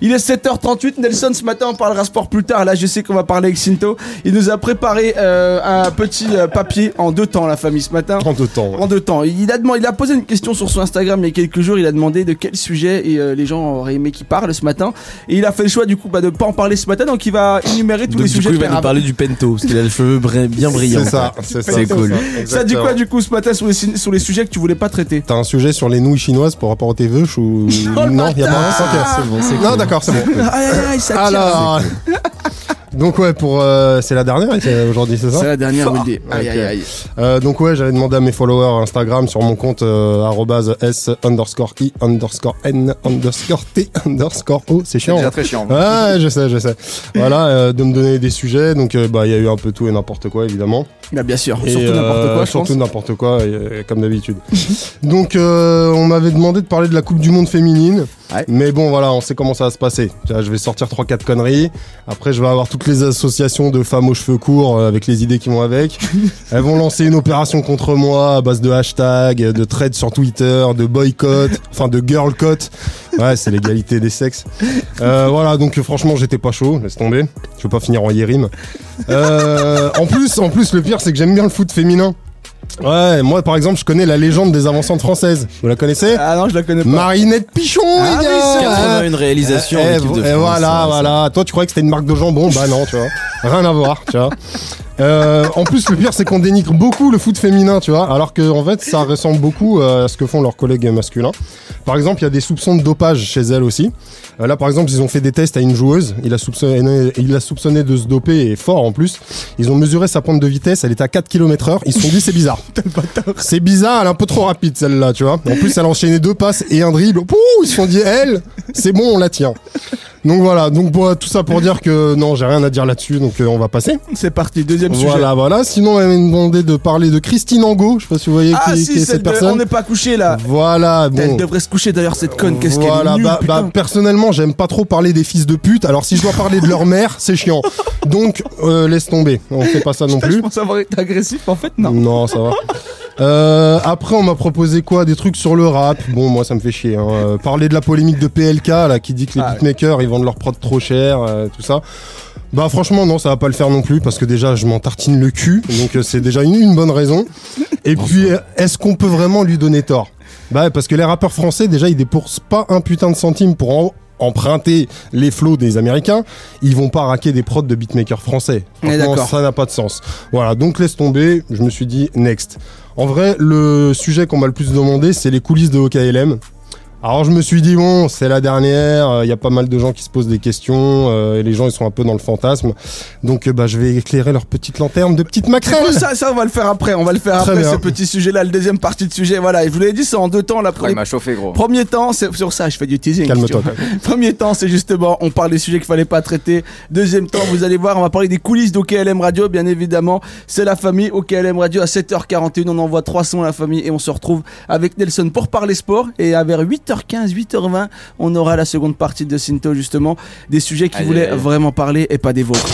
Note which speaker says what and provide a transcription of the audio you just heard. Speaker 1: Il est 7h38. Nelson, ce matin, on parlera sport plus tard. Là, je sais qu'on va parler avec Sinto. Il nous a préparé euh, un petit euh, papier en deux temps, la famille, ce matin.
Speaker 2: En deux temps. ouais.
Speaker 1: En deux temps. Il a, demand- il a posé une question sur son Instagram il y a quelques jours. Il a demandé de quel sujet et, euh, les gens auraient aimé qu'il parle ce matin. Et il a fait le choix, du coup, bah, de pas en parler ce matin. Donc, il va énumérer tous
Speaker 3: Donc,
Speaker 1: les
Speaker 3: du
Speaker 1: sujets.
Speaker 3: coup, il va
Speaker 1: préalables.
Speaker 3: nous parler du pento, parce qu'il a les cheveux bri- bien brillants.
Speaker 2: C'est ça, c'est ça.
Speaker 3: C'est cool.
Speaker 1: Ça dit quoi,
Speaker 2: exactement.
Speaker 1: du coup, ce matin, sur les, su- sur les sujets que tu voulais pas traiter
Speaker 2: T'as un sujet sur les nouilles chinoises par rapport au tes vœux ou...
Speaker 1: Oh, le
Speaker 2: Non, il y a pas un
Speaker 1: bâtard
Speaker 2: ok. Non, d'accord, c'est bon.
Speaker 1: Aïe, aïe, aïe, ça tire.
Speaker 2: Alors. Donc ouais pour euh, c'est la dernière euh, aujourd'hui c'est ça
Speaker 1: C'est la dernière Wilde. Aïe,
Speaker 2: Ok.
Speaker 1: aïe, aïe.
Speaker 2: Euh, donc ouais, j'avais demandé à mes followers Instagram sur mon compte euh, arrobase s underscore i underscore n underscore t underscore o. C'est
Speaker 4: C'est
Speaker 2: chiant.
Speaker 4: déjà
Speaker 2: hein.
Speaker 4: très chiant.
Speaker 2: Ouais, je sais, je sais. Voilà, euh, de me donner des sujets. Donc euh, bah il y a eu un peu tout et n'importe quoi évidemment.
Speaker 1: Bah, bien sûr.
Speaker 2: Et,
Speaker 1: Surtout n'importe
Speaker 2: euh,
Speaker 1: quoi, je
Speaker 2: surtout
Speaker 1: pense.
Speaker 2: n'importe quoi, euh, comme d'habitude. donc euh, on m'avait demandé de parler de la Coupe du Monde féminine.
Speaker 1: Ouais.
Speaker 2: Mais bon voilà, on sait comment ça va se passer. Tu vois, Je vais sortir trois quatre conneries. Après je vais avoir toutes les associations de femmes aux cheveux courts euh, avec les idées qui vont avec. Elles vont lancer une opération contre moi à base de hashtags, de trades sur Twitter, de boycott, enfin de girlcott. Ouais, c'est l'égalité des sexes. Euh, voilà, donc euh, franchement, j'étais pas chaud, laisse tomber. Je veux pas finir en yérim. Euh, en plus, en plus, le pire, c'est que j'aime bien le foot féminin. Ouais, moi par exemple, je connais la légende des avancantes françaises. Vous la connaissez
Speaker 1: Ah non, je la connais pas.
Speaker 2: Marinette Pichon,
Speaker 1: Ah
Speaker 2: les
Speaker 1: oui,
Speaker 2: gars
Speaker 1: c'est
Speaker 2: Ouais.
Speaker 3: 81 réalisations. en
Speaker 2: Eh,
Speaker 3: équipe de
Speaker 2: eh,
Speaker 3: France,
Speaker 2: voilà,
Speaker 3: hein,
Speaker 2: voilà. Toi, tu croyais que c'était une marque de jambon Bah non, tu vois. Rien à voir, tu vois. Euh, en plus, le pire, c'est qu'on dénigre beaucoup le foot féminin, tu vois, alors que en fait, ça ressemble beaucoup euh, à ce que font leurs collègues masculins. Par exemple, il y a des soupçons de dopage chez elles aussi. Euh, là, par exemple, ils ont fait des tests à une joueuse. Il a soupçonné, il a soupçonné de se doper et fort en plus. Ils ont mesuré sa pente de vitesse. Elle était à 4 km heure. Ils se sont dit, c'est bizarre. c'est bizarre. Elle est un peu trop rapide, celle-là, tu vois. En plus, elle a enchaîné deux passes et un dribble. Pouh, ils se sont dit, elle, c'est bon, on la tient. Donc voilà. Donc, bon, tout ça pour dire que non, j'ai rien à dire là-dessus. Donc, euh, on va passer.
Speaker 1: C'est parti, deuxième sujet.
Speaker 2: Voilà, voilà. Sinon, elle m'a demandé de parler de Christine Angot. Je sais pas si vous voyez
Speaker 1: Ah
Speaker 2: qui, qui
Speaker 1: si,
Speaker 2: est
Speaker 1: celle
Speaker 2: cette
Speaker 1: de On
Speaker 2: personne.
Speaker 1: n'est pas couché là.
Speaker 2: Voilà, bon.
Speaker 1: Elle devrait se coucher d'ailleurs cette conne. Qu'est-ce qu'elle
Speaker 2: Voilà,
Speaker 1: est nulle,
Speaker 2: bah, bah,
Speaker 1: putain.
Speaker 2: personnellement, j'aime pas trop parler des fils de pute. Alors, si je dois parler de leur mère, c'est chiant. Donc, euh, laisse tomber. On fait pas ça non
Speaker 1: Putain, Je
Speaker 2: plus.
Speaker 1: pense avoir été agressif en fait, non.
Speaker 2: ça va. Euh, après, on m'a proposé quoi Des trucs sur le rap. Bon, moi, ça me fait chier. hein. Euh, parler de la polémique de PLK, là, qui dit que les
Speaker 1: Ah ouais.
Speaker 2: beatmakers, ils vendent leur prod trop cher, euh, tout ça. Bah, franchement, non, ça va pas le faire non plus, parce que déjà, je m'en tartine le cul. Donc, euh, c'est déjà une, une bonne raison. Et puis, euh, est-ce qu'on peut vraiment lui donner tort Bah, ouais, parce que les rappeurs français, déjà, ils dépensent pas un putain de centime pour en- emprunter les flots des Américains, ils vont pas raquer des prods de beatmakers français.
Speaker 1: On est
Speaker 2: Franchement,
Speaker 1: d'accord.
Speaker 2: ça n'a pas de sens. Voilà, donc laisse tomber, je me suis dit next. En vrai, le sujet qu'on m'a le plus demandé, c'est les coulisses de OKLM. Alors je me suis dit bon, c'est la dernière, il y a pas mal de gens qui se posent des questions euh, et les gens ils sont un peu dans le fantasme. Donc euh, bah je vais éclairer leur petite lanterne de petite
Speaker 1: Bon,
Speaker 2: maquerelle.
Speaker 1: Ça, ça, on va le faire après. On va le faire
Speaker 2: Très
Speaker 1: après
Speaker 2: bien.
Speaker 1: ce petit sujet-là, le deuxième partie de sujet. Voilà, et je vous l'avais dit, c'est en deux temps. La
Speaker 4: Ouais, il
Speaker 1: première
Speaker 4: m'a chauffé, gros.
Speaker 1: Premier temps, c'est sur ça, je fais du teasing.
Speaker 2: Calme-toi.
Speaker 1: tu vois. Premier temps, c'est justement, on parle des sujets qu'il fallait pas traiter. Deuxième temps, vous allez voir, on va parler des coulisses d'OKLM Radio, bien évidemment. C'est la famille OKLM Radio à 7h41. On envoie 300 à la famille et on se retrouve avec Nelson pour parler sport. Et à vers 8h15, 8h20, on aura la seconde partie de Sinto, justement, des sujets qu'il
Speaker 4: Allez.
Speaker 1: voulait vraiment parler et pas des vôtres.